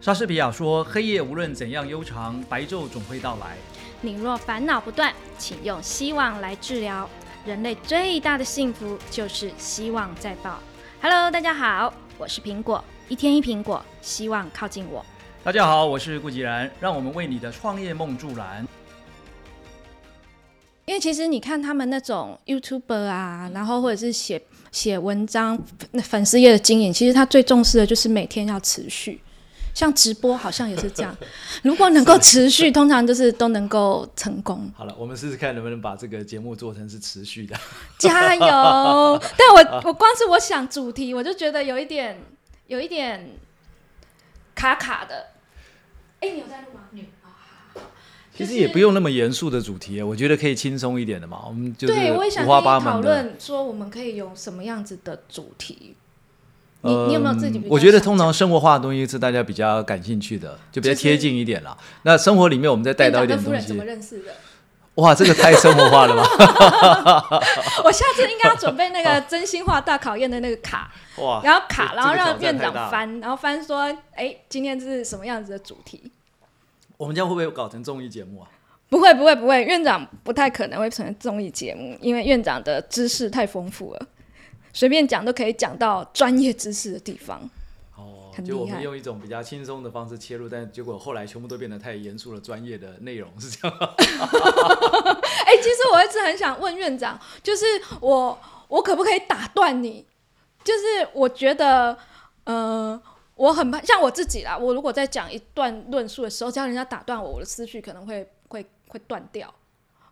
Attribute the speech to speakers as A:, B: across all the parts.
A: 莎士比亚说：“黑夜无论怎样悠长，白昼总会到来。
B: 你若烦恼不断，请用希望来治疗。人类最大的幸福就是希望在爆。Hello，大家好，我是苹果，一天一苹果，希望靠近我。”
A: 大家好，我是顾吉然，让我们为你的创业梦助燃。
B: 因为其实你看他们那种 YouTuber 啊，然后或者是写写文章、那粉丝页的经营，其实他最重视的就是每天要持续。像直播好像也是这 样，如果能够持续，通常就是都能够成功。
C: 好了，我们试试看能不能把这个节目做成是持续的。
B: 加油！但
C: 啊
B: 我我光是我想主题，我就觉得有一点有一点卡卡的。哎、你有在录吗？你
C: 其实也不用那么严肃的主题，啊我觉得可以轻松一点的嘛。我们就是
B: 对，我也想
C: 五
B: 跟
C: 花
B: 你
C: 八
B: 讨
C: 门的。
B: 论说，我们可以有什么样子的主题？你
C: 呃，
B: 你有没有自己比较想讲？
C: 我觉得通常生活化的东西是大家比较感兴趣的，就比较
B: 就是
C: 贴近一点啦。那生活里面我们再带
B: 店
C: 到一
B: 长跟
C: 点东
B: 夫人怎么
C: 西。
B: 认识的？
C: 哇，这个太生活化了吧！
B: 我下次应该要准备那个 真心话大考验的那个卡，
C: 哇，
B: 然后卡，
C: 啊这
B: 然后
C: 这个挑
B: 让
C: 战
B: 院
C: 太
B: 长
C: 大了
B: 翻，然后翻说，哎，今天是什么样子的主题？
C: 我们这样会不会搞成综艺节目啊？
B: 不会，不会，不会，院长不太可能会成为综艺节目，因为院长的知识太丰富了，随便讲都可以讲到专业知识的地 方。
C: 哦
B: 很，厉
C: 就我们
B: 害
C: 用一种比较轻松的方式切入，但结果后来全部都变得太严肃了，专业的内容是这样。
B: 哎，其实我一直很想问院长，就是我我可不可以打断你？就是我觉得，呃，我很怕像我自己啦，我如果在讲一段论述的时候，只要人家打断我，我的思绪可能会会会断掉，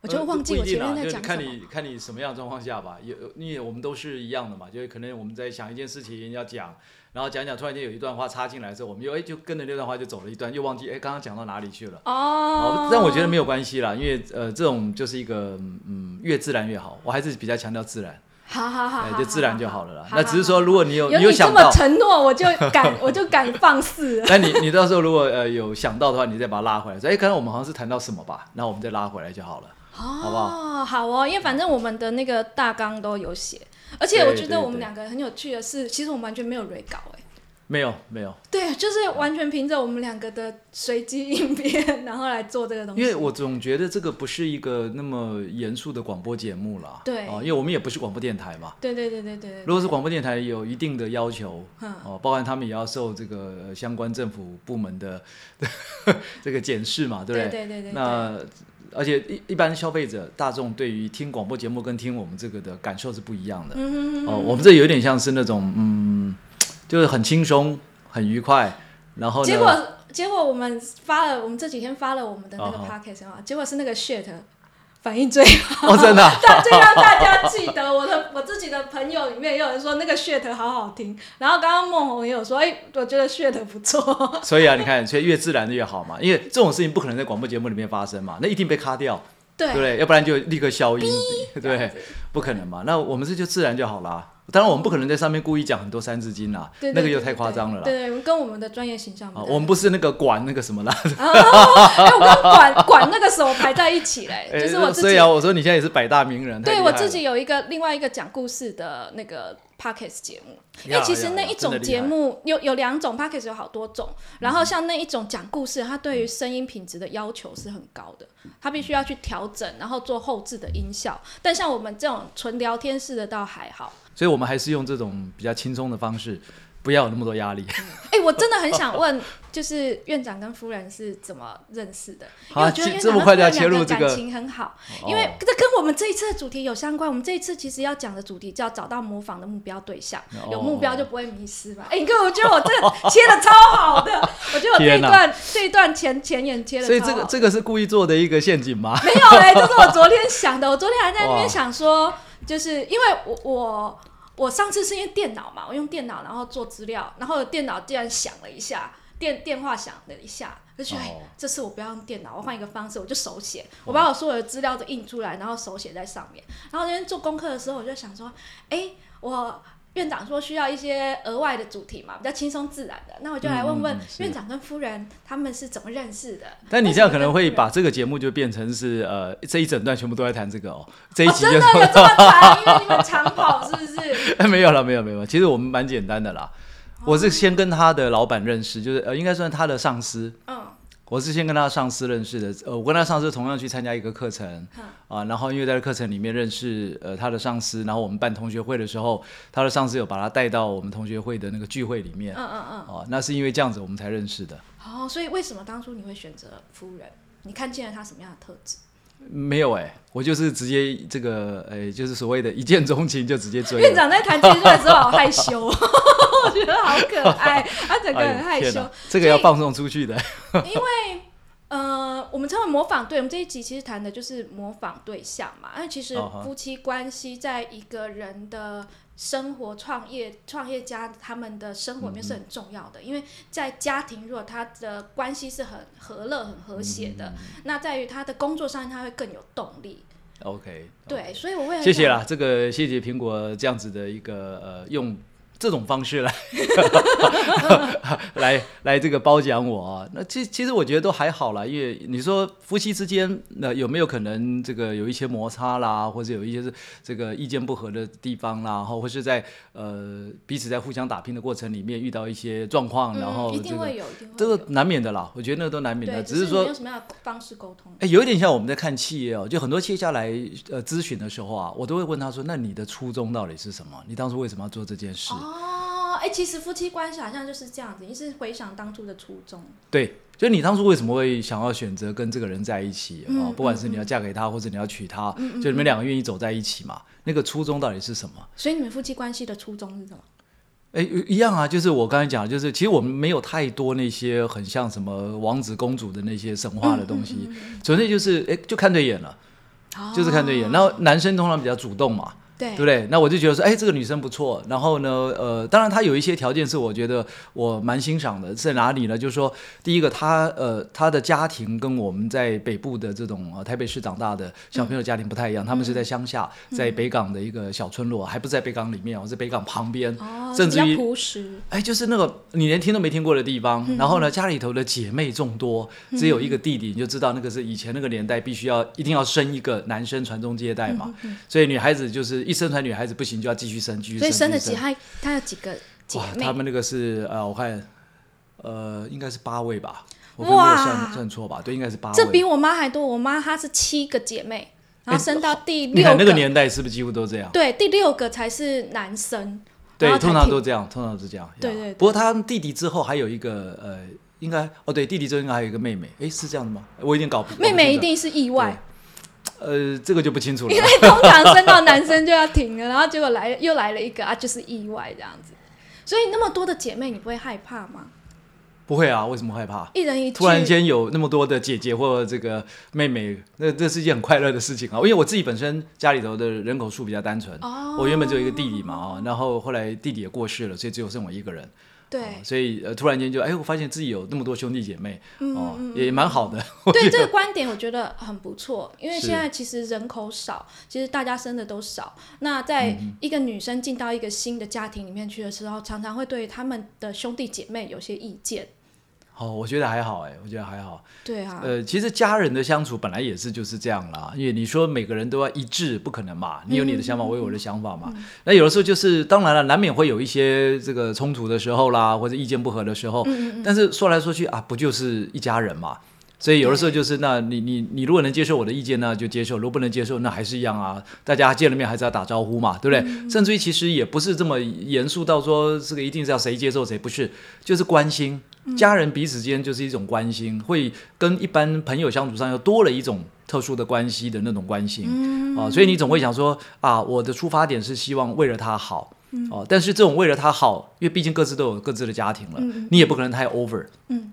B: 我就
C: 呃
B: 会忘记
C: 不
B: 我
C: 一定
B: 前
C: 啦
B: 面在
C: 就是
B: 讲什
C: 看
B: 么。
C: 你看你什么样的状况下吧，有因为我们都是一样的嘛，就是可能我们在想一件事情要讲，然后讲讲，突然间有一段话插进来的时候，我们又哎就跟着那段话就走了一段，又忘记哎刚刚讲到哪里去了。
B: 哦
C: 哦，，但我觉得没有关系啦，因为呃，这种就是一个嗯，越自然越好。我还是比较强调自然，
B: 好好好
C: 哎，
B: 好，
C: 就自然就好了啦。
B: 好
C: 那只是说，如果你有
B: 有
C: 有
B: 这
C: 想
B: 么
C: 到，
B: 承诺，我就 敢我就敢放肆了。
C: 那你你到时候如果呃有想到的话，你再把它拉回来，说哎，刚才我们好像是谈到什么吧，那我们再拉回来就好了。 好不
B: 哦，好哦，因为反正我们的那个大纲都有写，而且我觉
C: 对
B: 得
C: 对
B: 我们
C: 对
B: 两个很有趣的是，其实我们完全没有 re 稿哎。
C: 没有没有，
B: 对，啊就是完全凭着我们两个的随机应变，然后来做这个东西。
C: 因为我总觉得这个不是一个那么严肃的广播节目啦。
B: 对
C: 哦，因为我们也不是广播电台嘛。
B: 对对对对对
C: 如
B: 对，
C: 果是广播电台有一定的要求，
B: 嗯
C: 哦，包含他们也要受这个呃相关政府部门的 这个检视嘛，对不
B: 对
C: 对？
B: 对对对对，
C: 那而且一一般消费者大众对于听广播节目跟听我们这个的感受是不一样的。
B: 嗯哼哼
C: 哦，我们这有点像是那种嗯，就是很轻松、很愉快，然后呢，
B: 结果结果我们发了，我们这几天发了我们的那个
C: 哦好
B: podcast 啊，结果是那个 shit 反应最好，
C: 哦，真的啊、
B: 大最让大家记得。我的我自己的朋友里面也有人说那个 shit 好好听，然后刚刚梦红也有说，哎、我觉得 shit 不错。
C: 所以啊，你看，所以越自然的越好嘛，因为这种事情不可能在广播节目里面发生嘛，那一定被卡掉，
B: 对
C: 对不对？要不然就立刻消音，对，不可能嘛。那我们这就自然就好啦。当然，我们不可能在上面故意讲很多三字经啦，
B: 对对
C: 那个又
B: 对
C: 太夸张了啦。
B: 对对，跟我们的专业形象不
C: 啊，
B: 太
C: 我们不是那个管那个什么啦，
B: 哎、我跟管管那个手排在一起嘞，
C: 哎
B: 就是我自
C: 所
B: 己
C: 以啊，我说你现在也是百大名人，太
B: 对
C: 厉害
B: 我
C: 了
B: 自己有一个另外一个讲故事的那个 podcast 节目，因为
C: 呀
B: 其实那
C: 呀
B: 一
C: 真的
B: 种
C: 厉
B: 节
C: 害
B: 目有有两种 podcast 有好多种，然后像那一种讲故事，它对于声音品质的要求是很高的，它必须要去调整，然后做后置的音效。但像我们这种纯聊天式的倒还好。
C: 所以我们还是用这种比较轻松的方式，不要有那么多 压力。
B: 哎、我真的很想问，就是院长跟夫人是怎么认识的？因为
C: 啊
B: 我觉得
C: 这
B: 院
C: 这
B: 长
C: 么
B: 跟夫
C: 快就要
B: 人
C: 切
B: 两
C: 入
B: 个
C: 这
B: 感
C: 个哦
B: 情很好，因为这跟我们这一次的主题有相关。我们这一次其实要讲的主题叫找到模仿的目标对象，
C: 哦
B: 有目标就不会迷失吧？哎、你看，我觉得我这个切的超好的，我觉得我这一
C: 天哪
B: 段这一段前前言切的，
C: 所以这个这个是故意做的一个陷阱 吗？
B: 没有嘞，这是我昨天想的。我昨天还在那边
C: 哇
B: 想说，就是因为我我我上次是因为电脑嘛，我用电脑然后做资料，然后电脑竟然响了一下，电电话响了一下，就觉得、哎
C: 哦
B: 这次我不要用电脑，我换一个方式，我就手写，我把我所有的资料都印出来，然后手写在上面。然后那天做功课的时候，我就想说，哎，我。院长说需要一些额外的主题嘛，比较轻松自然的。那我就来问问
C: 嗯嗯嗯是
B: 院长跟夫人他们是怎么认识的？
C: 但你这样可能会把
B: 哦，
C: 这个节目就变成是呃这一整段全部都在谈这个哦， 这一集
B: 真的
C: 就
B: 有
C: 是、
B: 这么长，因为你们长跑是不是？
C: 没有了没有没有，其实我们蛮简单的啦。
B: 哦
C: 我是先跟他的老板认识，就是呃，应该算他的上司，
B: 嗯
C: 我是先跟他上司认识的，呃，我跟他上司同样去参加一个课程，
B: 嗯
C: 啊、然后因为在课程里面认识呃他的上司，然后我们办同学会的时候，他的上司有把他带到我们同学会的那个聚会里面，
B: 嗯
C: 啊、
B: 嗯嗯。
C: 那是因为这样子我们才认识的，
B: 哦，所以为什么当初你会选择夫人？你看见了她什么样的特质？
C: 没有哎、我就是直接这个，哎、就是所谓的一见钟情就直接追
B: 院
C: 了，
B: 长在谈结婚的时候好害羞，哦 我觉得好可爱，他整个
C: 哎呦
B: 很害
C: 天
B: 羞
C: 哪。这个要放送出去的，
B: 呃，我们称为模仿对，我们这一集其实谈的就是模仿对象嘛。那其实
C: 哦哈
B: 夫妻关系在一个人的生活、创业、创业家他们的生活里面是很重
C: 嗯
B: 要的，因为在家庭如果他的关系是很和乐、很和谐的，
C: 嗯
B: 那在于他的工作上他会更有动力。
C: OK，
B: 对，所以我会很
C: 谢谢
B: 想
C: 啦，这个谢谢苹果这样子的一个呃，用这种方式来 来来这个褒奖我啊。那其其实我觉得都还好啦，因为你说夫妻之间那、有没有可能这个有一些摩擦啦，或者有一些是这个意见不合的地方啦，然后或是在呃彼此在互相打拼的过程里面遇到一些状况，哦然后
B: 嗯、一
C: 这
B: 定
C: 个
B: 会有，一定会
C: 这
B: 有
C: 个难免的啦，我觉得那个都难免的，
B: 对，
C: 只是
B: 你
C: 说
B: 用什么样的方式沟通？
C: 哎，有一点像我们在看企业哦，就很多企业家来呃咨询的时候啊，我都会问他说：“那你的初衷到底是什么？你当初为什么要做这件事
B: 哦，哎、其实夫妻关系好像就是这样子，你是回想当初的初衷。？”
C: 对，就你当初为什么会想要选择跟这个人在一起
B: 嗯
C: 哦？不管是你要嫁给他，或者你要娶他，就你们两个愿意走在一起嘛？那个初衷到底是什么？
B: 所以你们夫妻关系的初衷是什么？
C: 哎，一样啊，就是我刚才讲的，就是其实我们没有太多那些很像什么王子公主的那些神话的东
B: 嗯
C: 西，纯粹就是哎就看对眼了，哦
B: 哦
C: 就是看对眼。然后男生通常比较主动嘛，
B: 对
C: 对不对？那我就觉得说，哎，这个女生不错。然后呢，呃，当然她有一些条件是我觉得我蛮欣赏的，在哪里呢？就是说，第一个，她呃，她的家庭跟我们在北部的这种呃台北市长大的小朋友家庭不太一样，他们是在乡下，
B: 嗯
C: 在北港的一个小村落，还不是在北港里面哦，是北港旁边，
B: 哦，
C: 甚
B: 比
C: 至
B: 较
C: 于
B: 朴实，
C: 哎，就是那个你连听都没听过的地方，
B: 嗯
C: 然后呢，家里头的姐妹众多，只有一个弟弟，你就知道那个是以前那个年代必须要一定要生一个男生传宗接代嘛，所以女孩子就是一生传女孩子不行就要继续生，继续
B: 嗯
C: 生，
B: 所以生了
C: 继
B: 几
C: 续生
B: 他他有几个姐
C: 哇，
B: 妹
C: 他？们那个是呃，我看呃应该是八位吧，我可能没有
B: 哇
C: 算算错吧，对，应该是八位。
B: 这比我妈还多，我妈她是七个姐妹，然后生到第
C: 哎你
B: 六
C: 看那
B: 个，
C: 个年代是不是几乎都这样？
B: 对，第六个才是男生，
C: 对
B: 然，后才
C: 通常
B: 听
C: 都这样，通常都这样。
B: 对
C: 呀
B: 对对
C: 不过他弟弟之后还有一个呃，应该哦，对，弟弟之后应该还有一个妹妹，诶，是这样的吗？我有点搞不。
B: 妹
C: 搞不
B: 妹
C: 清
B: 一
C: 楚。
B: 定是意外，
C: 呃，这个就不清楚了
B: 因。为通常生到男生就要停了，然 后结果来又来了一个啊，就是意外这样子。所以那么多的姐妹，你不会害怕吗？
C: 不会啊，为什么害怕？
B: 一人一句，
C: 突然间有那么多的姐姐或这个妹妹，那这是一件很快乐的事情啊。因为我自己本身家里头的人口数比较单纯，
B: 哦
C: 我原本只有一个弟弟嘛啊，然后后来弟弟也过世了，所以只有剩我一个人。
B: 对
C: 所以呃，突然间就哎，我发现自己有那么多兄弟姐妹
B: 嗯
C: 哦，也蛮好的。
B: 对这个观点，我觉得很不错，因为
C: 是
B: 现在其实人口少，其实大家生的都少。那
C: 嗯
B: 在一个女生进到一个新的家庭里面去的时候，常常会对他们的兄弟姐妹有些意见。
C: 哦，我觉得还好哎，我觉得还好。
B: 对啊，
C: 呃，其实家人的相处本来也是就是这样啦，因为你说每个人都要一致，不可能嘛，你有你的想法，我有我的想法嘛。那有的时候就是，当然了，难免会有一些这个冲突的时候啦，或者意见不合的时候，但是说来说去啊，不就是一家人嘛。所以有的时候就是，那你你你如果能接受我的意见，那就接受；如果不能接受，那还是一样啊。大家见了面还是要打招呼嘛，对不对？甚至于其实也不是这么严肃到说这个一定是要谁接受谁，不是，就是关心。家人彼此间就是一种关心，会跟一般朋友相处上又多了一种特殊的关系的那种关心、啊，所以你总会想说啊，我的出发点是希望为了他好。哦，但是这种为了他好，因为毕竟各自都有各自的家庭了，你也不可能太 over，
B: 嗯，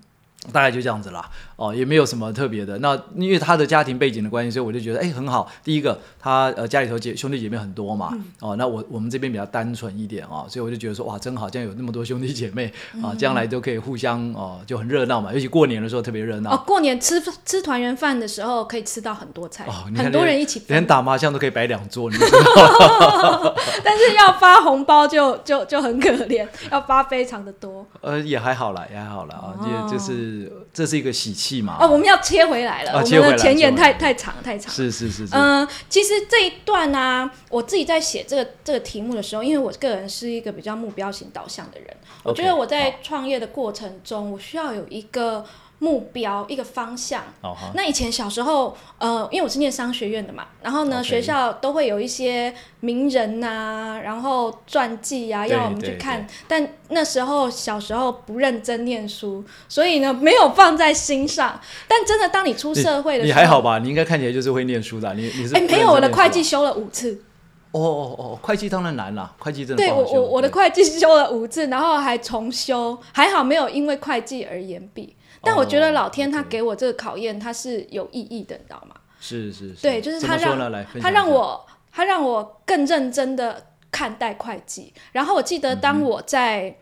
C: 大概就这样子啦。哦，也没有什么特别的。那因为他的家庭背景的关系，所以我就觉得，哎，很好。第一个，他呃家里头姐兄弟姐妹很多嘛，
B: 嗯
C: 哦，那我我们这边比较单纯一点啊、哦，所以我就觉得说，哇，真好，这样有那么多兄弟姐妹啊，将来都可以互相哦，就很热闹嘛，尤其过年的时候特别热闹。
B: 哦，过年吃吃团圆饭的时候，可以吃到很多菜，
C: 哦，你看
B: 很多
C: 连
B: 人一起
C: 连
B: 分，
C: 打麻将都可以摆两桌，你知道吗
B: 但是要发红 包就就就很可怜，要发非常的多。
C: 呃，也还好啦，也还好啦啊，也、
B: 哦
C: 就是是这是一个喜气嘛？
B: 哦，我们要切回来了，
C: 啊
B: 我
C: 切
B: 们
C: 回来
B: 的前言
C: 切回来
B: 太太长太长。
C: 是是是是，
B: 嗯，其实这一段呢、啊我自己在写这个这个题目的时候，因为我个人是一个比较目标型导向的人我觉得我在创业的过程中，我需要有一个目标，一个方向。
C: 好哦好
B: 那以前小时候，呃，因为我是念商学院的嘛，然后呢
C: OK
B: 学校都会有一些名人呐、然后传记啊，
C: 对
B: 要我们去看
C: 对。
B: 但那时候小时候不认真念书，所以呢没有放在心上。但真的，当你出社会
C: 你
B: 的时候，
C: 你还好吧？你应该看起来就是会念书的啊，你你是
B: 哎，
C: 不
B: 没
C: 认
B: 有，我
C: 真
B: 的
C: 念
B: 会
C: 书
B: 计
C: 啊
B: 修了五次。
C: 哦哦哦，会计当然难啦，会计真的
B: 对
C: 不好
B: 我我
C: 修
B: 我的
C: 对
B: 会计修了五次，然后还重修，还好没有因为会计而延毕。但我觉得
C: 哦
B: 老天他
C: OK
B: 给我这个考验，他是有意义的，你知道吗？
C: 是是是，
B: 对，就是
C: 怎
B: 他
C: 么说呢
B: 让
C: 来分享
B: 他
C: 一
B: 让
C: 下
B: 我他让我更认真的看待会计。然后我记得
C: 嗯
B: 当我在、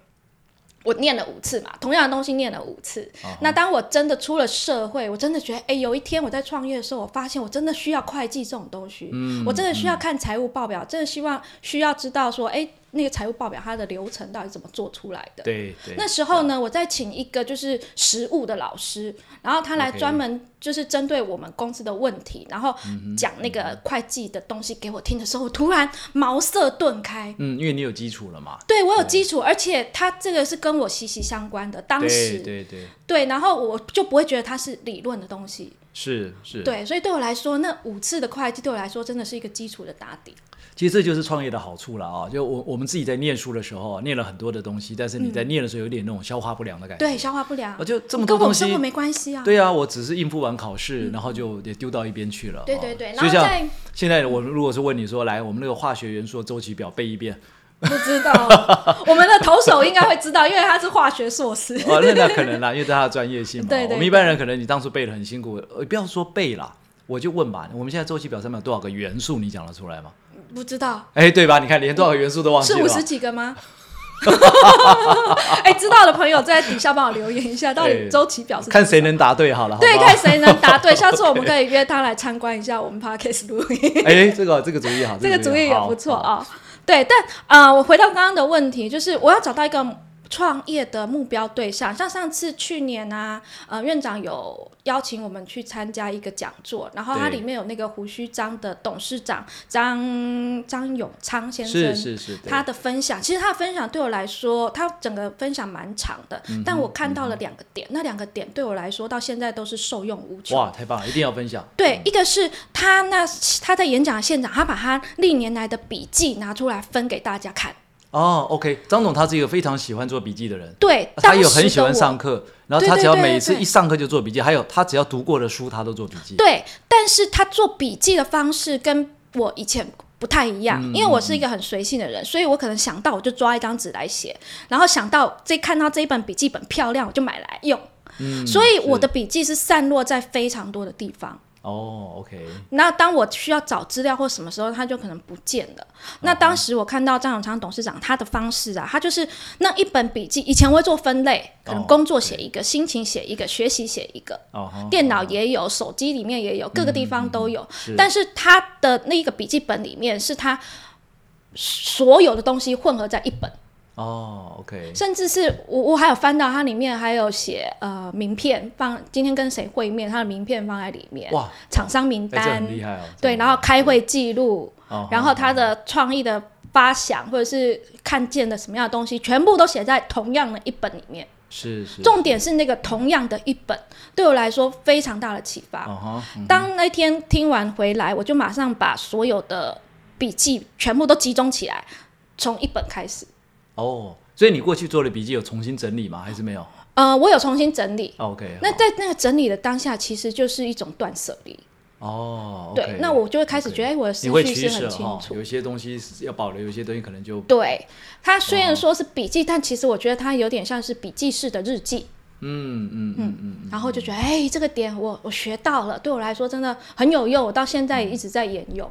B: 我念了五次嘛，同样的东西念了五次。
C: 哦
B: 那当我真的出了社会，我真的觉得，哎，有一天我在创业的时候，我发现我真的需要会计这种东西，
C: 嗯
B: 我真的需要看财务报表，真的希望需要知道说，哎，那个财务报表它的流程到底怎么做出来的。
C: 对对啊
B: 那时候呢，我在请一个就是实务的老师，然后他来
C: OK
B: 专门就是针对我们公司的问题，然后讲那个会计的东西给我听的时候，我突然茅塞顿开。
C: 嗯，因为你有基础了嘛，
B: 对我有基础，而且他这个是跟我息息相关的。当时
C: 对对对，
B: 对然后我就不会觉得它是理论的东西。
C: 是是，
B: 对，所以对我来说，那五次的会计对我来说真的是一个基础的打底。
C: 其实这就是创业的好处了啊、就我我们自己在念书的时候啊，念了很多的东西，但是你在念的时候有点那种消化不良的感觉。
B: 嗯对，消化不良
C: 啊，，就这么
B: 跟
C: 多
B: 我
C: 东
B: 们
C: 西
B: 生活。没关系啊。
C: 对啊，我只是应付完考试，然后就也丢到一边去了。
B: 嗯对
C: 哦
B: 对对然
C: 所以
B: 后
C: 像
B: 在
C: 现在我如果是问你说，来，我们那个化学元素的周期表背一遍，
B: 不知道， 我们的投手应该会知道，因为他是化学硕士。
C: 哦，那那可能啦，因为这是他的专业性嘛。
B: 对对对
C: 我们一般人可能你当初背的很辛苦，呃，不要说背啦，我就问吧，我们现在周期表上面有多少个元素，你讲得出来吗？
B: 不知道
C: 哎，对吧？你看连多少个元素都忘记了
B: 是
C: 吧。
B: 五十几个吗？ 哎、知道的朋友在底下帮我留言一下，到底周期表是
C: 看谁
B: 多少
C: 能答对好了，好
B: 对，
C: 不好
B: 看谁能答对。下次我们可以约他来参观一下我们 podcast 录 音，
C: 哎，这个这个主意好，
B: 这个主意也
C: 好
B: 不错。
C: 好
B: 啊、对，但啊，我回到刚刚的问题，就是我要找到一个创业的目标对象。像上次去年啊，呃，院长有邀请我们去参加一个讲座，然后它
C: 对
B: 里面有那个胡须章的董事长张张永昌先生，
C: 是是是，对
B: 他的分享，其实他的分享对我来说，他整个分享蛮长的，
C: 嗯
B: 但我看到了两个点，那两个点对我来说到现在都是受用无穷。
C: 哇，太棒了，一定要分享。
B: 对，一个是他那他在演讲现场，他把他历年来的笔记拿出来分给大家看。
C: 哦，OK，张总他是一个非常喜欢做笔记的人，
B: 对，
C: 啊他
B: 当
C: 有
B: 时的
C: 很喜欢
B: 我
C: 上课，然后
B: 对
C: 他
B: 对
C: 只要
B: 对
C: 每次
B: 对
C: 一上课就做笔记，还有他只要读过的书他都做笔记。
B: 对，但是他做笔记的方式跟我以前不太一样，因为我是一个很随性的人，所以我可能想到我就抓一张纸来写，然后想到这看到这一本笔记本漂亮，我就买来用。所以我的笔记是散落在非常多的地方。
C: 哦，OK，
B: 那当我需要找资料或什么时候，它就可能不见了。那当时我看到张永昌董事长他的方式啊，他就是那一本笔记，以前我会做分类，可能
C: 哦
B: 工作写一个，心情写一个，学习写一个，
C: 哦吼，
B: 电脑也有，手机里面也有，各个地方都有。
C: 是
B: 但是他的那个笔记本里面是他所有的东西混合在一本，
C: 哦，OK，
B: 甚至是我我还有翻到它里面还有写呃名片放今天跟谁会面，他的名片放在里面，
C: 哇，
B: 厂商名
C: 哎，这
B: 单
C: 很，厉害哦。
B: 对，
C: 这很厉害
B: 然后开会记录，
C: 哦
B: 然后他的创意的发想或者是看见的什么样的东西，全部都写在同样的一本里面。
C: 是是，
B: 重点是那个同样的一本，对我来说非常大的启发。
C: 哦吼，嗯
B: 当那天听完回来，我就马上把所有的笔记全部都集中起来，从一本开始。
C: 哦，所以你过去做的笔记有重新整理吗？还是没有
B: 呃，我有重新整理。
C: 哦？OK，
B: 那
C: 好
B: 在那个整理的当下，其实就是一种断舍离。
C: 哦，
B: 对，那我就会开始觉得，哎，我的思
C: 你会
B: 绪
C: 取
B: 是
C: 舍哦
B: 很清
C: 哈，
B: 楚。
C: 有些东西是要保留，有些东西可能就
B: 对，它虽然说是笔记，但其实我觉得它有点像是笔记式的日记。
C: 嗯嗯嗯嗯，
B: 然后就觉得，哎，这个点我我学到了，对我来说真的很有用，我到现在也一直在沿用。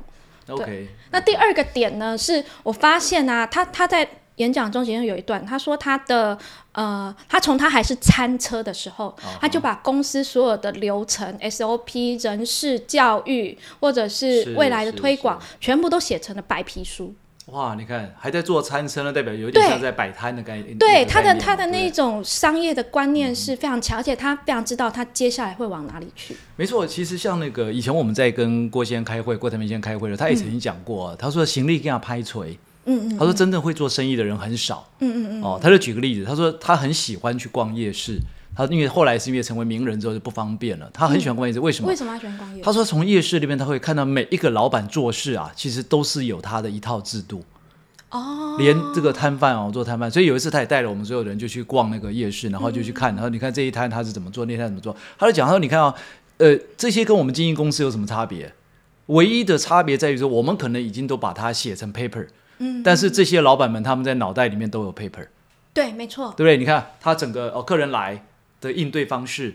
C: OK，
B: 那第二个点呢，是我发现啊，他他在演讲中其中有一段，他说他的呃，他从他还是餐车的时
C: 啊
B: 候，他就把公司所有的流程、SOP、人事、教育，或者
C: 是
B: 是未来的
C: 是
B: 推广，全部都写成了白皮书。
C: 哇，你看还在做餐生了，代表有点
B: 对
C: 像在摆摊的概念。
B: 对
C: 那个
B: 他
C: 嗯概
B: 的
C: 念
B: 他
C: 嘛
B: 的那
C: 对
B: 一种商业的观念是非常强，而且他非常知道他接下来会往哪里去。
C: 没错，其实像那个以前我们在跟郭先开会，郭台铭先开会的，他也曾经讲过，他说行李给他拍锤，
B: 嗯嗯
C: 他说真正会做生意的人很少。
B: 嗯嗯嗯，
C: 哦，他就举个例子，他说他很喜欢去逛夜市，他因为后来是因为成为名人之后就不方便了，他很喜欢逛夜市，为什么
B: 为？什么要选光夜？
C: 他说从夜市里面他会看到每一个老板做事啊，其实都是有他的一套制度。
B: 哦，
C: 连这个摊贩哦，做摊贩，所以有一次他也带了我们所有人就去逛那个夜市，然后就去看，然后你看这一摊他是怎么做，那摊怎么做，他就讲，他说你看啊、呃，这些跟我们经营公司有什么差别？唯一的差别在于说，我们可能已经都把它写成 paper，嗯，但是这些老板们他们在脑袋里面都有 paper，
B: 对，没错，
C: 对不对？你看他整个哦，客人来的应对方式，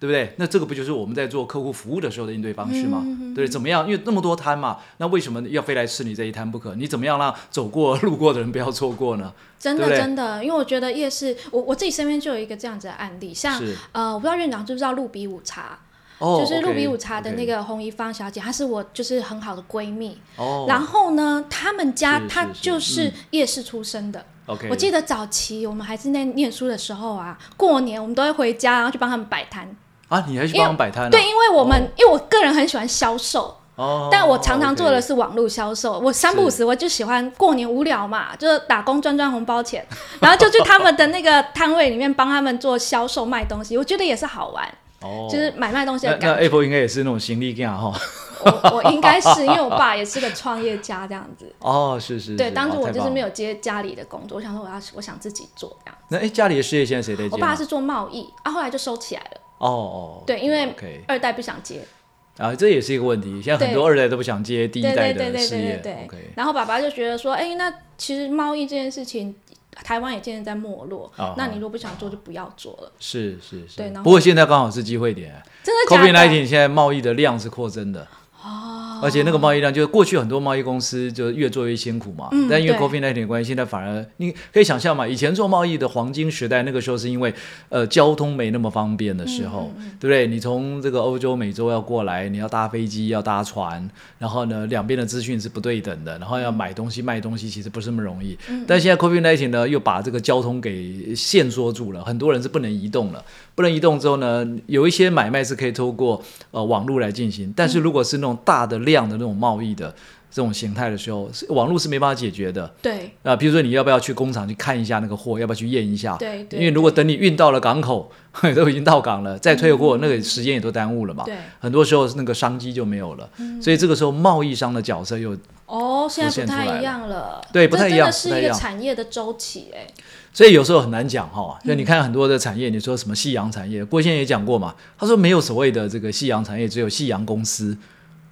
C: 对不对？那这个不就是我们在做客户服务的时候的应对方式吗？
B: 嗯
C: 对，怎么样？因为那么多摊嘛，那为什么要非来吃你这一摊不可？你怎么样让走过路过的人不要错过呢？
B: 真
C: 对
B: 的
C: 不对
B: 真的，因为我觉得夜市，我我自己身边就有一个这样子的案例，像
C: 是
B: 呃，我不知道院长知不知道路比午茶，
C: 哦，
B: 就是路比午茶的
C: OK，OK
B: 那个洪一芳小姐，她是我就是很好的闺蜜。
C: 哦，
B: 然后呢，他们家
C: 是是
B: 她
C: 是嗯
B: 就是夜市出身的。
C: OK，
B: 我记得早期我们还是在念书的时候啊，过年我们都会回家，然后去帮他们摆摊。
C: 啊，你还去帮忙摆摊、啊？
B: 对，因为我们、因为我个人很喜欢销售，
C: 哦，
B: 但我常常做的
C: OK
B: 是网络销售，我三不五时我就喜欢过年无聊嘛，就是打工赚赚红包钱， 然后就去他们的那个摊位里面帮他们做销售卖东西，我觉得也是好玩，
C: 哦，
B: 就是买卖东西
C: 那
B: 的
C: 那
B: 感觉。
C: Apple 应该也是那种行李架哈。，
B: 我我应该是因为我爸也是个创业家这样子
C: 哦，是是是，
B: 对，当
C: 哦
B: 初我就
C: 太
B: 是没。
C: 棒了
B: 有接家里的工作，我想说我要我想自己做这样。
C: 那哎，家里的事业现在谁在接吗？
B: 我爸是做贸易，啊，后来就收起来了，
C: 哦哦，
B: 对，因为
C: OK
B: 二代不想接，
C: 啊，这也是一个问题。现在很多二代都不想接第一
B: 对
C: 代
B: 对对
C: 的
B: 对
C: 事业。
B: 对对
C: OK，
B: 对。然后爸爸就觉得说，哎，那其实贸易这件事情，台湾也渐渐在没落
C: 啊。
B: 那你如果不想做，就不要做了。
C: 是是是。
B: 对然后
C: 不过现在刚好是机会点。
B: 真的
C: COVID
B: 假
C: nineteen
B: 的？
C: 现在贸易的量是扩增的。哦。而且那个贸易量，就是过去很多贸易公司就越做越辛苦嘛。
B: 嗯
C: 但因为
B: 对
C: COVID nineteen 的关系，现在反而你可以想象嘛，以前做贸易的黄金时代，那个时候是因为呃交通没那么方便的时候，对不对？你从这个欧洲、美洲要过来，你要搭飞机，要搭船，然后呢，两边的资讯是不对等的，然后要买东西、卖东西，其实不是那么容易。但现在 COVID nineteen 呢，又把这个交通给限缩住了，很多人是不能移动了。不能移动之后呢，有一些买卖是可以透过呃网络来进行，但是如果是那种大的量的那种贸易的这种形态的时候，是网络是没办法解决的。
B: 对
C: 啊、比如说你要不要去工厂去看一下那个货，要不要去验一下？
B: 对对
C: 啊因为如果等你运到了港口， 都已经到港了，再退货，那个时间也都耽误了嘛。
B: 嗯对。嗯
C: 很多时候那个商机就没有了，所以这个时候贸易商的角色又，
B: 哦，现在
C: 现
B: 不
C: 出来了
B: 太一样了。
C: 对不太一
B: 这
C: 样
B: 真的
C: 不太
B: 是
C: 一
B: 一个
C: 样
B: 产业的周期哎。
C: 所以有时候很难讲哈、就
B: 嗯
C: 你看很多的产业，你说什么夕阳产业，郭先生也讲过嘛，他说没有所谓的这个夕阳产业，只有夕阳公司。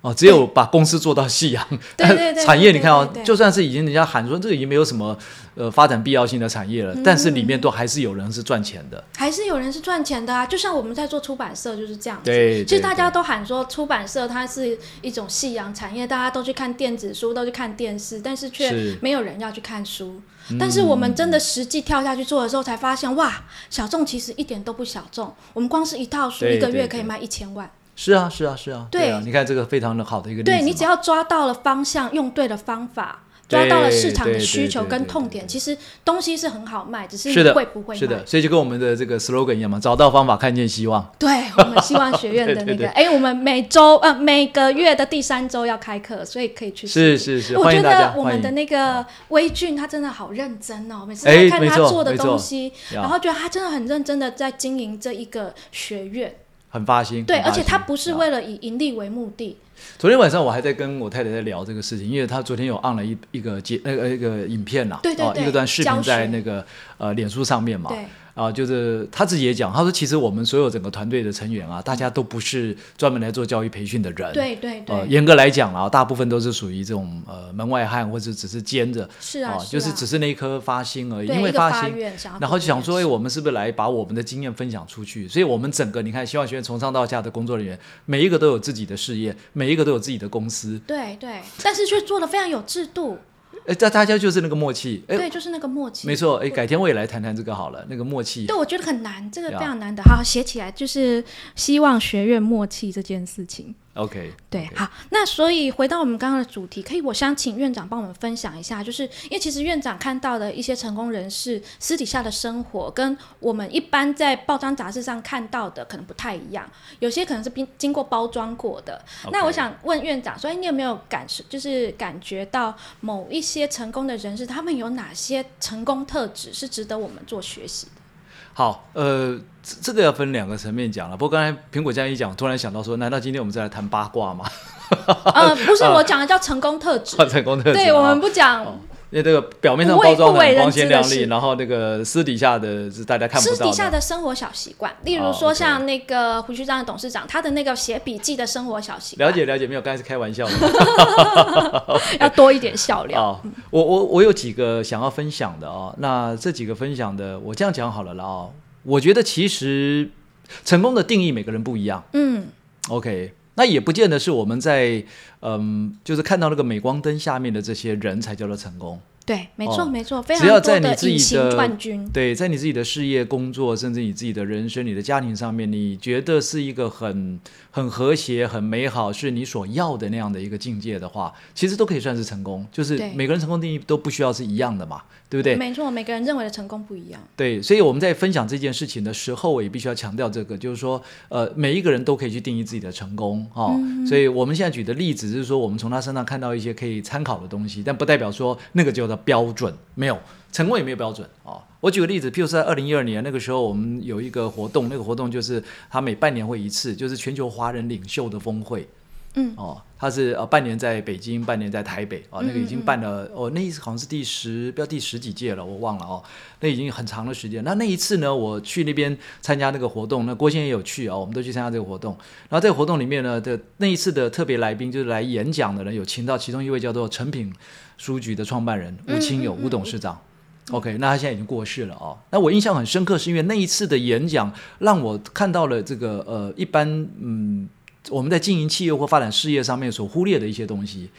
C: 哦，只有把公司做到夕阳，
B: 对 对对对
C: 产业你看哦
B: 对对，对
C: 就算是已经人家喊说这个已经没有什么呃发展必要性的产业了，
B: 嗯
C: 但是里面都还是有人是赚钱的。
B: 还是有人是赚钱的啊，就像我们在做出版社就是这样子。
C: 对
B: 其
C: 对
B: 实大家
C: 对
B: 都喊说出版社它是一种夕阳产业，大家都去看电子书，都去看电视，但是
C: 是嗯
B: 却没有人要去看书。但是我们真的实际跳下去做的时候，才发现哇，小众其实一点都不小众。我们光是一套书
C: 对
B: 一个
C: 对
B: 月可以
C: 对
B: 卖一千万，
C: 是啊，是啊，是啊，
B: 对
C: 啊，你看这个非常的好的一个例子嘛。
B: 对你只要抓到了方向，用对了方法。抓到了市场
C: 对
B: 的
C: 对
B: 需
C: 对
B: 求
C: 对
B: 跟
C: 对
B: 痛
C: 对
B: 点，其实东西是很好卖，只是
C: 是
B: 你
C: 的，
B: 会不会卖。
C: 是的，所以就跟我们的这个 slogan 一样嘛，找到方法，看见希望。
B: 对我们希望学院的
C: 对
B: 那
C: 对
B: 个，哎，我们每周呃每个月的第三周要开课，所以可以去。
C: 是是是，
B: 我
C: 欢
B: 觉
C: 迎大家，
B: 得我
C: 欢
B: 们的
C: 迎。啊
B: 那个微俊他真的好认真哦，每次
C: 哎
B: 在看
C: 没
B: 他
C: 错
B: 做的
C: 没错
B: 东西，
C: 呀
B: 然后觉得他真的很认真的在经营这一个学院。
C: 很发心，
B: 对，
C: 很发
B: 而且
C: 心
B: 他不是
C: 啊
B: 为了以盈利为目的。
C: 昨天晚上我还在跟我太太在聊这个事情，因为她昨天有 on 了一一个节那个一个影片啦，
B: 对对
C: 哦
B: 对
C: 一个段视频
B: 教学
C: 在那个呃脸书上面嘛，
B: 对
C: 啊、就是她自己也讲，她说其实我们所有整个团队的成员啊，大家都不是专门来做教育培训的人，
B: 对对
C: 呃，
B: 对，
C: 严格来讲啊，大部分都是属于这种呃门外汉，或者只是兼着，
B: 是啊
C: 哦
B: 是啊
C: 就是只是那一颗发心而已，
B: 对
C: 因为
B: 一个发
C: 心
B: 愿想要，
C: 然后就想说，
B: 做
C: 哎，
B: 这件事
C: 我们是不是来把我们的经验分享出去？所以，我们整个你看，希望学院从上到下的工作人员，每一个都有自己的事业，每一个都有自己的公司，
B: 对对，但是却做的非常有制度。
C: 哎，大大家就是那个默契，哎，
B: 对，就是那个默契。
C: 没错，哎，改天我也来谈谈这个好了，那个默契
B: 对，，我觉得很难，这个非
C: 呀
B: 常难的。好，写起来就是希望学院默契这件事情。
C: OK，
B: 对，好，那所以回到我们刚刚的主题，可以我想请院长帮我们分享一下，就是因为其实院长看到的一些成功人士私底下的生活，跟我们一般在报章杂志上看到的可能不太一样，有些可能是经经过包装过的。那我想问院长，所以你有没有感受，就是感觉到某一些成功的人士，他们有哪些成功特质是值得我们做学习的？
C: 好，呃，这这个要分两个层面讲了。不过刚才苹果这样一讲，我突然想到说，难道今天我们再来谈八卦吗？
B: 呃，不是我讲的叫成功特质，
C: 换成功特质
B: 对
C: 啊
B: 我们不讲。
C: 因为这个表面上
B: 不为
C: 包装
B: 不
C: 的
B: 为
C: 很
B: 人
C: 光
B: 知
C: 鲜
B: 的
C: 亮
B: 事
C: 丽，然后那个私底下的是大家看不
B: 私
C: 到
B: 底下的生活小习惯，例如
C: 哦
B: 说
C: ，OK
B: 像那个胡旭章的董事长，他的那个写笔记的生活小习惯，
C: 了解了解，没有，刚才是开玩笑的。
B: 要多一点笑料。
C: 啊、我我我有几个想要分享的啊、那这几个分享的，我这样讲好了啦啊、我觉得其实成功的定义每个人不一样
B: 嗯
C: ，OK。那也不见得是我们在嗯，就是看到那个镁光灯下面的这些人才叫做成功。
B: 对，没错、
C: 哦
B: 没错，非常
C: 只
B: 多
C: 要在你
B: 的
C: 自己
B: 隐形
C: 的
B: 冠军。
C: 对，在你自己的事业、工作，甚至你自己的人生、你的家庭上面，你觉得是一个很很和谐、很美好，是你所要的那样的一个境界的话，其实都可以算是成功。就是
B: 对
C: 每个人成功定义都不需要是一样的嘛，对不对？
B: 没错，每个人认为的成功不一样。
C: 对，所以我们在分享这件事情的时候，我也必须要强调这个，就是说，呃，每一个人都可以去定义自己的成功哦。所以我们现在举的例子是说，我们从他身上看到一些可以参考的东西，但不代表说那个叫做标准，没有成功也没有标准哦。我举个例子，譬如说在二零一二年那个时候，我们有一个活动，那个活动就是它每半年会一次，就是全球华人领袖的峰会。
B: 嗯，
C: 哦，他是呃半年在北京，半年在台北啊、哦，那个已经办了哦，那一次好像是第十，不要第十几届了，我忘了哦，那已经很长的时间。那那一次呢，我去那边参加那个活动，那郭先生也有去啊、哦，我们都去参加这个活动。然后这个活动里面呢的那一次的特别来宾就是来演讲的人，有请到其中一位叫做诚品书局的创办人吴清友吴董事长。OK，那他嗯现在已经过世了哦。那我印象很深刻，是因为那一次的演讲让我看到了这个呃，一般嗯，我们在经营企业或发展事业上面所忽略的一些东西。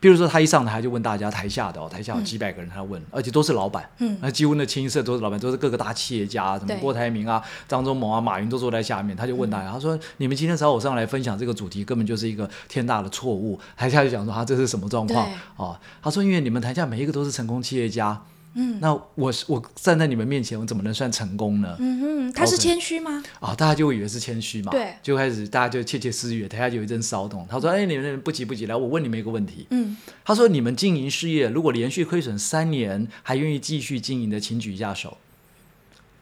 C: 比如说，他一上台就问大家台下的哦，台下有几百个人，他问，而且都是老板，
B: 嗯，
C: 那几乎那清一色都是老板，都是各个大企业家，什么
B: 对嗯
C: 郭台铭啊、张忠谋啊、马云都坐在下面，他就问大家，他说：“你们今天找我上来分享这个主题，根本就是一个天大的错误。”台下就讲说：“啊，这是什么状况
B: 对？”
C: 哦，他说：“因为你们台下每一个都是成功企业家，
B: 嗯
C: 那我是我站在你们面前，我怎么能算成功呢？
B: 嗯哼，他是
C: OK
B: 谦虚吗？
C: 啊，大家就会以为是谦虚嘛，
B: 对
C: 就开始大家就窃窃私语，台下就有一阵骚动。他说：“哎，你们不急不急，来，我问你们一个问题。
B: 嗯，
C: 他说：“你们经营事业，如果连续亏损三年，还愿意继续经营的，请举一下手。”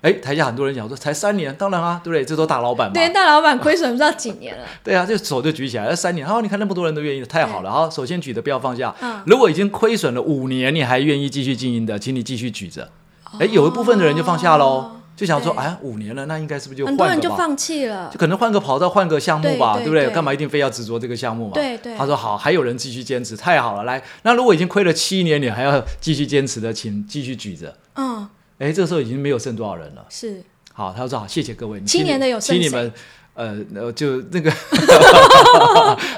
C: 哎，台下很多人讲说：“才三年，当然啊，对不对？这都大老板嘛，
B: 对，大老板亏损不知道几年了。
C: 对啊，就手就举起来，那三年，然、后哦你看那么多人都愿意，太好了。好，首先举的不要放下。
B: 嗯
C: 如果已经亏损了五年，你还愿意继续经营的，请你继续举着。哎，有一部分的人就放下喽，就想说，
B: 哦对
C: 哎，五年了，那应该是不是就换
B: 很多
C: 个
B: 人
C: 吧？
B: 就放弃了
C: 就。可能换个跑道，换个项目吧，
B: 对
C: 不对？
B: 对
C: 干嘛一定非要执着这个项目嘛？
B: 对对
C: 他说好，还有人继续坚持，太好了。来，那如果已经亏了七年，你还要继续坚持的，请继续举着。
B: 嗯，
C: 哎，这时候已经没有剩多少人了。
B: 是
C: 好，他说好，谢谢各位。你
B: 七
C: 请你
B: 年的有剩
C: 请你
B: 谁
C: 们。呃，呃就那 个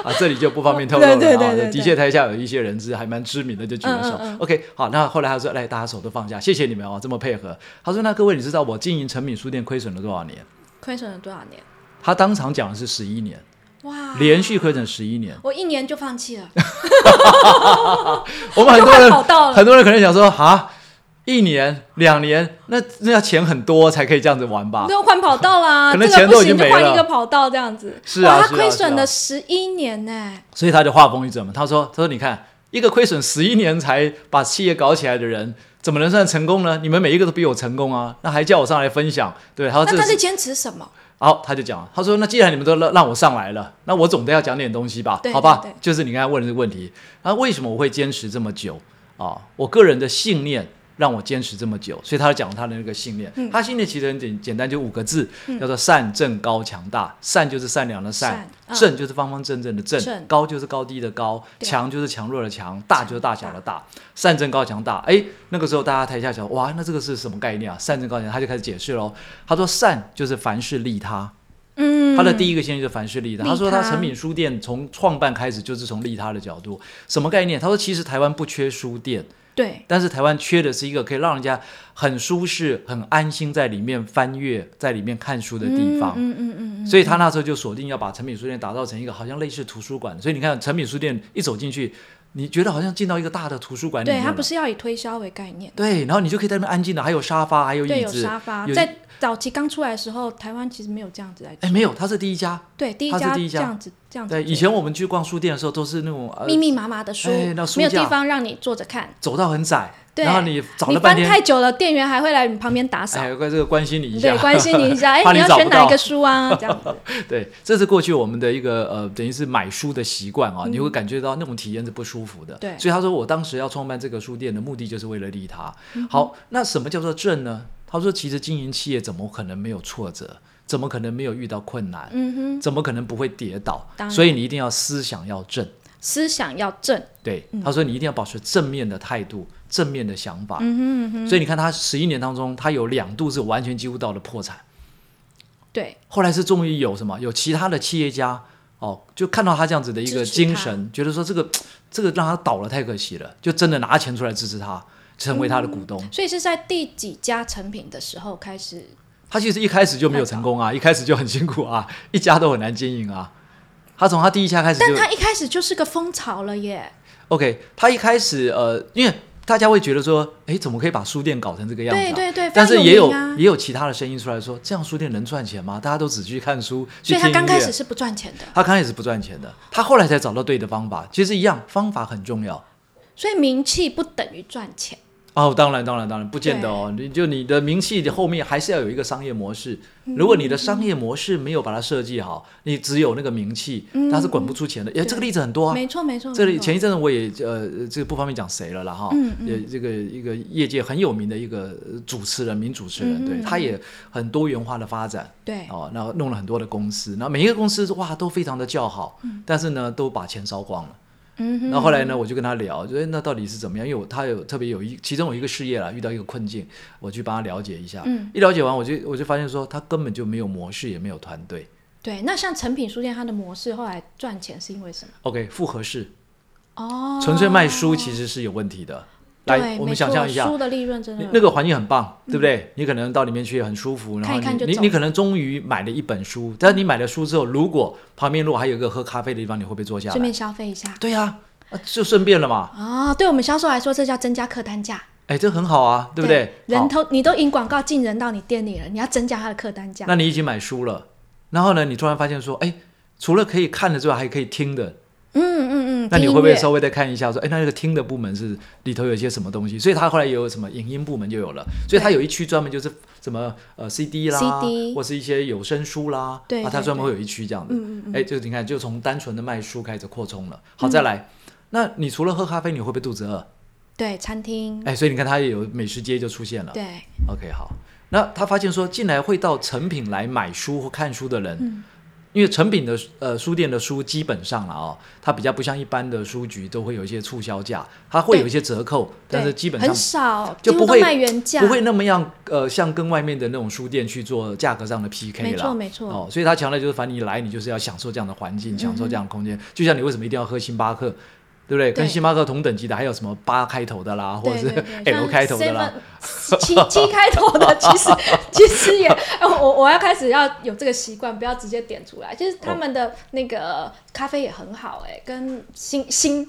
C: 啊，这里就不方便透露了啊。
B: 对对对对
C: 的确，台下有一些人是还蛮知名的，就举了手。
B: 嗯嗯嗯
C: OK，好，那后来他说，来，大家手都放下，谢谢你们哦，这么配合。他说，那各位，你知道我经营诚品书店亏损了多少年？
B: 亏损了多少年？
C: 他当场讲的是十一年，
B: 哇，
C: 连续亏损十一 年。
B: 我一年就放弃了。
C: 我们很多
B: 就快跑到
C: 人
B: 了
C: 很多人可能想说啊，一年两年，那那要钱很多才可以这样子玩吧？
B: 就换跑道 啦，
C: 可能
B: 这个
C: 钱
B: 不
C: 都已经
B: 行就
C: 没
B: 换
C: 了
B: 一个跑道这样子。
C: 是啊
B: 哇，
C: 是
B: 他
C: 啊
B: 亏
C: 是
B: 损
C: 啊
B: 了十一年呢。
C: 所以他就话锋一转嘛，他说：“他说你看，一个亏损十一年才把企业搞起来的人，怎么能算成功呢？你们每一个都比我成功啊，那还叫我上来分享？对，他说
B: 那
C: 哦这
B: 他在
C: 是，
B: 坚持什么？
C: 好，他就讲了，他说那既然你们都让让我上来了，那我总得要讲点东西吧，
B: 对
C: 好吧？
B: 对对
C: 就是你刚才问的这个问题，那为什么我会坚持这么久啊？我个人的信念。”让我坚持这么久，所以他讲他的那个信念。
B: 嗯
C: 他信念其实很简简单，就五个字，叫做善、正、高、强大。善就是善良的善，
B: 善嗯
C: 正就是方方正正的正，
B: 正
C: 高就是高低的高，
B: 对
C: 强就是强弱的强，大就是大小的大，善正高强大。哎，那个时候大家台下想，哇，那这个是什么概念啊？善正高强，他就开始解释喽。他说善就是凡事利他，
B: 嗯，
C: 他的第一个先就是凡事利他。
B: 利
C: 他说他
B: 他
C: 诚品书店从创办开始就是从利他的角度，什么概念？他说其实台湾不缺书店，
B: 对，
C: 但是台湾缺的是一个可以让人家很舒适、很安心在里面翻阅、在里面看书的地方。
B: 嗯嗯嗯嗯
C: 所以他那时候就锁定要把诚品书店打造成一个好像类似图书馆，所以你看诚品书店一走进去，你觉得好像进到一个大的图书馆里
B: 嗯对
C: 面了，
B: 它不是要以推销为概念，
C: 对，然后你就可以在那边安静的，还有沙发，还有
B: 对，
C: 椅
B: 有
C: 子，
B: 沙发，
C: 有
B: 在早期刚出来的时候，台湾其实没有这样子来做
C: 哎，没有，他是第一家。
B: 对，第一
C: 它是
B: 家
C: 第一
B: 这
C: 家
B: 样子这样子做，
C: 对，以前我们去逛书店的时候，都是那种呃
B: 密密麻麻的书
C: 哎那，书
B: 没有地
C: 架
B: 方让你坐着看，
C: 走到很窄，
B: 对
C: 然后你找
B: 你
C: 了半
B: 翻
C: 天，
B: 太久了，店员还会来你旁边打扫，
C: 哎，关这个关心你一下，
B: 对，关心 你一下，哎
C: 怕，
B: 你
C: 你
B: 要
C: 找
B: 选
C: 不
B: 哪一
C: 到
B: 个书啊？这样 子，
C: 对，这是过去我们的一个呃，等于是买书的习惯啊，你会感觉到那种体验是不舒服的。
B: 嗯对
C: 所以他说我当时要创办这个书店的目的就是为了利他。
B: 嗯
C: 好，那什么叫做正呢？他说，其实经营企业怎么可能没有挫折？怎么可能没有遇到困难？
B: 嗯哼，
C: 怎么可能不会跌倒
B: 当？然
C: 所以你一定要思想要正。
B: 思想要正，
C: 对，他说你一定要保持正面的态度，正面的想法。
B: 嗯
C: 所以你看，他十一年当中，他有两度是完全几乎到了破产。
B: 对，
C: 后来是终于有什么有其他的企业家哦，就看到他这样子的一个
B: 支持他
C: 精神，觉得说这个这个让他倒了太可惜了，就真的拿钱出来支持他，成为他的股东。
B: 所以是在第几家成品的时候开始，
C: 他其实一开始就没有成功啊，一开始就很辛苦啊，一家都很难经营啊。他从他第一家开始就
B: 但他一开始就是个风潮了耶，
C: OK，他一开始呃，因为大家会觉得说，诶，怎么可以把书店搞成这个样子、啊？
B: 对对对
C: 但
B: 非
C: 是
B: 常
C: 也
B: 有
C: 有
B: 名啊
C: 也有其他的声音出来说，这样书店能赚钱吗？大家都只去看书，
B: 所以
C: 去
B: 他
C: 听
B: 刚
C: 音
B: 开
C: 乐
B: 始是不赚钱的，
C: 他刚开始不赚钱的，他后来才找到对的方法。其实一样，方法很重要。
B: 所以名气不等于赚钱，
C: 哦，当然，当然，当然，不见得哦。你就你的名气的后面还是要有一个商业模式。
B: 嗯
C: 如果你的商业模式没有把它设计好，你只有那个名气，它是滚不出钱的。也这个例子很多啊。
B: 嗯没错没错，
C: 这
B: 没
C: 里
B: 错
C: 前一阵子我也呃，这个不方便讲谁了啦哈，
B: 嗯
C: 也这个一个业界很有名的一个呃主持人，名主持人，
B: 嗯嗯
C: 对，
B: 嗯
C: 他也很多元化的发展，
B: 对
C: 哦，然后弄了很多的公司，那每一个公司哇都非常的叫好，但是呢都把钱烧光了。
B: 嗯哼
C: 然后后来呢，我就跟他聊，就哎那到底是怎么样？因为我他有特别有一，其中有一个事业啦，遇到一个困境，我去帮他了解一下。
B: 嗯
C: 一了解完，我就我就发现说，他根本就没有模式，也没有团队。
B: 对，那像成品书店它的模式后来赚钱是因为什么？
C: OK，复合式，
B: 哦，
C: 纯粹卖书其实是有问题的。来，
B: 对
C: 我
B: 没
C: 们想
B: 错
C: 象一下，
B: 书的利润真的嗯
C: 你那个环境很棒，对不对？你可能到里面去也很舒服，然
B: 看
C: 后
B: 一
C: 你
B: 看就
C: 你
B: 走
C: 你可能终于买了一本书，但是你买了书之后，如果旁边如果还有一个喝咖啡的地方，你会不会坐下
B: 顺
C: 来？
B: 便消费一下
C: 对呀、啊就顺便了嘛。
B: 啊、对我们销售来说，这叫增加客单价，
C: 哎，这很好啊，对不对？好
B: 人头你都引广告进人到你店里了，你要增加他的客单价。
C: 那你已经买书了，然后呢，你突然发现说，哎，除了可以看的之外，还可以听的，
B: 嗯嗯嗯，
C: 那你
B: 听
C: 会
B: 音
C: 不会
B: 乐
C: 稍微再看一下说，哎，那那个听的部门是里头有一些什么东西？所以他后来也有什么影音部门就有了，所以他有一区专门就是什么呃 CD 啦
B: CD
C: 或是一些有声书啦，
B: 对
C: 啊，
B: 对嗯
C: 他专门会
B: 对
C: 有一区这样的。哎，就你看，就从单纯的卖书开始扩充了。
B: 嗯
C: 好，再来。那你除了喝咖啡，你会不会肚子饿？
B: 对餐厅？
C: 哎，所以你看，他也有美食街就出现了。
B: 对，
C: OK，好。那他发现说，进来会到成品来买书或看书的人，
B: 嗯
C: 因为成品的呃书店的书基本上了哦，它比较不像一般的书局都会有一些促销价，它会有一些折扣，但是
B: 对
C: 基本上
B: 很少，
C: 就
B: 几
C: 不
B: 乎都
C: 会
B: 卖原价，
C: 不会那么样呃，像跟外面的那种书店去做价格上的 PK 了。
B: 没错没错嗯
C: 哦，所以他强调就是，反正你来，你就是要享受这样的环境，享受这样的空间。就像你为什么一定要喝星巴克，对不对？跟
B: 对
C: 星巴克同等级的还有什么八开头的啦，或者
B: 对
C: 是
B: 对对
C: L
B: 像
C: 开头的啦。
B: 7-，七七开头的，其 实其实也，呃我我要开始要有这个习惯，不要直接点出来。就是
C: 哦
B: 他们的那个咖啡也很好、哎，跟新新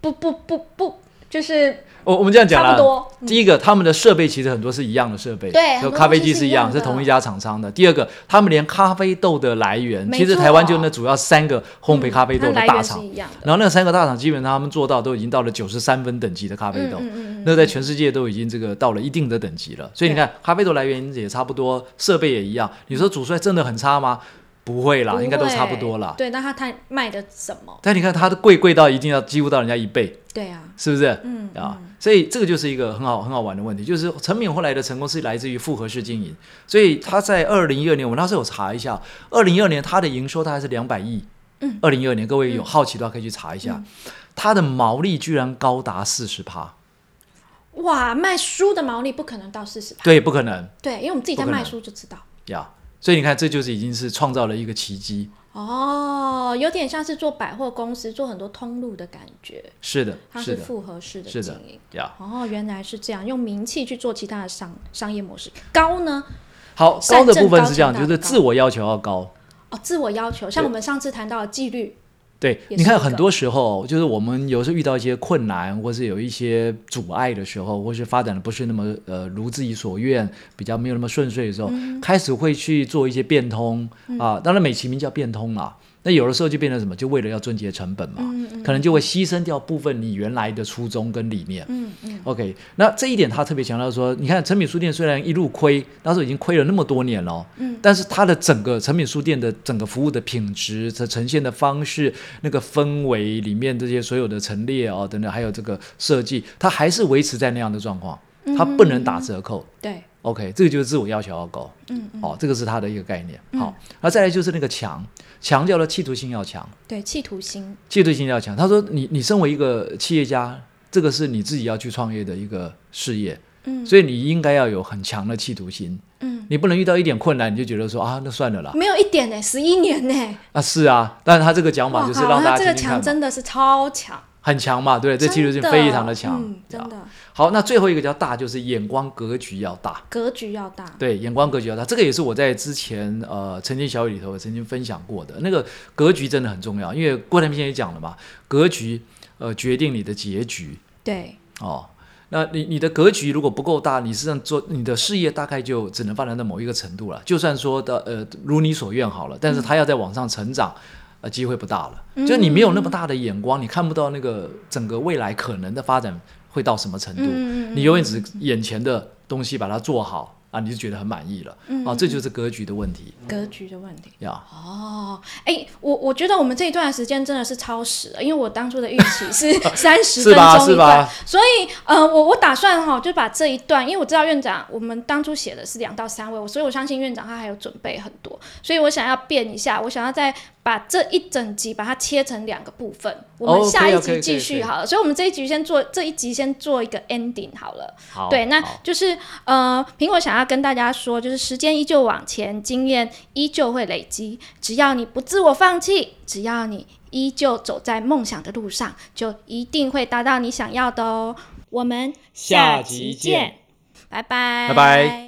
B: 不不不不，就是
C: 我我们这样讲啦，
B: 差不多嗯
C: 第一个，他们的设备其实很多是一样的设备，
B: 对
C: 就
B: 很多
C: 咖啡机
B: 东西是
C: 一
B: 一样
C: 样，是
B: 的
C: 同一家厂商的。第二个，他们连咖啡豆的来源，
B: 没
C: 其实
B: 错嗯
C: 台湾就那主要三个烘焙咖啡豆
B: 它
C: 的
B: 来
C: 大
B: 源是
C: 厂，
B: 一样的。
C: 然后那三个大厂基本上他们做到都已经到了九十三分等级的咖啡豆，
B: 嗯嗯嗯嗯
C: 那在全世界都已经这个到了一定的等级了。所以你看，咖啡豆来源也差不多，设备也一样。你说煮出来真的很差吗？不会啦，
B: 不
C: 应该都
B: 会
C: 差不多啦。
B: 对，那他他卖的什么？
C: 但你看它的贵贵到一定要几乎到人家一倍，
B: 对啊，
C: 是不是？
B: 嗯
C: 啊，所以这个就是一个很好很好玩的问题，就是陈敏后来的成功是来自于复合式经营，所以他在二零一二年，我那时候有查一下，二零一二年他的营收大概是两百亿，嗯，二零一二年各位有好奇的话可以去查一下，
B: 嗯
C: 它的毛利居然高达四十趴，
B: 哇，卖书的毛利不可能到四十趴，
C: 对，不可能
B: 对，因为我们自己在
C: 不可能
B: 卖书就知道。
C: 呀，所以你看这就是已经是创造了一个奇迹，
B: 哦，有点像是做百货公司，做很多通路的感觉，
C: 是的，
B: 它
C: 是
B: 是
C: 的，
B: 复合式的
C: 是
B: 经
C: 的
B: 营。
C: 呀，
B: 哦，原来是这样，用名气去做其他的商商业模式。高呢？
C: 好，
B: 善
C: 高的
B: 政
C: 部分
B: 高
C: 是这样，
B: 政
C: 就
B: 大
C: 是
B: 高
C: 自我要求要高。
B: 哦，自我要求，像我们上次谈到的纪律，
C: 对，
B: 也
C: 你
B: 是
C: 看
B: 一
C: 很
B: 个
C: 多时候，就是我们有时候遇到一些困难，或是有一些阻碍的时候，或是发展的不是那么呃如自己所愿，比较没有那么顺遂的时候，
B: 嗯
C: 开始会去做一些变通啊。当然，美其名叫变通啦。那有的时候就变成什么？就为了要终结成本嘛，
B: 嗯
C: 可能就会牺牲掉部分你原来的初衷跟理念。
B: 嗯嗯，
C: OK，那这一点他特别强调说，你看诚品书店虽然一路亏，那时候已经亏了那么多年了哦，
B: 嗯
C: 但是它的整个诚品书店的整个服务的品质、它呈现的方式、那个氛围里面这些所有的陈列哦等等，还有这个设计，它还是维持在那样的状况，
B: 嗯
C: 它不能打折扣。
B: 对，
C: OK，这个就是自我要求要高，
B: 嗯嗯，
C: 哦，这个是它的一个概念。好，那再来就是那个强，强调了企图性要强，
B: 对，企图心，
C: 企图性要强。他说你你身为一个企业家，这个是你自己要去创业的一个事业，
B: 嗯
C: 所以你应该要有很强的企图心。
B: 嗯，
C: 你不能遇到一点困难你就觉得说啊那算了啦。
B: 没有一点呢，十一年呢，
C: 啊是啊，但是他这个讲法
B: 哇
C: 就是
B: 靠
C: 让大家
B: 他哦这个
C: 听听看
B: 强
C: 嘛，
B: 真的是超强，
C: 很强嘛，对，这企图
B: 真
C: 性非常的强。
B: 嗯
C: 对啊
B: 真的
C: 好，那最后一个叫大，就是眼光格局要大。
B: 格局要大，
C: 对，眼光格局要大，这个也是我在之前呃《曾经小雨》里头曾经分享过的。那个格局真的很重要，因为郭台铭先生也讲了嘛，格局呃决定你的结局
B: 对，
C: 哦。那你你的格局如果不够大，你实际上做你的事业大概就只能发展到某一个程度了。就算说的呃如你所愿好了，但是它要再往上成长，呃机会不大了。就是你没有那么大的眼光，你看不到那个整个未来可能的发展会到什么程度。
B: 嗯嗯嗯
C: 你永远只眼前的东西把它做好啊，你就觉得很满意了、
B: 嗯
C: 啊，这就是格局的问题
B: 格局的问题。
C: 呀。
B: 哦，哎，我我觉得我们这一段时间真的是超时了，因为我当初的预 期是三十
C: 是
B: 分
C: 吧
B: 钟
C: 是
B: 一段，
C: 吧
B: 所以呃，我我打算哈、就把这一段，因为我知道院长我们当初写的是两到三位，我所以我相信院长他还有准备很多，所以我想要变一下，我想要再把这一整集把它切成两个部分，我
C: 哦
B: 们
C: 可以
B: 下一
C: 啊可以可
B: 集
C: 以
B: 继
C: 可
B: 续
C: 以
B: 好了，所以我们这一集先做这一集先做一个 ending 好了。
C: 好，
B: 对，那
C: 好
B: 就是呃，苹果想要跟大家说，就是时间依旧往前，经验依旧会累积。只要你不自我放弃，只要你依旧走在梦想的路上，就一定会达到你想要的哦。我们
C: 下集见，
B: 拜拜，
C: 拜拜。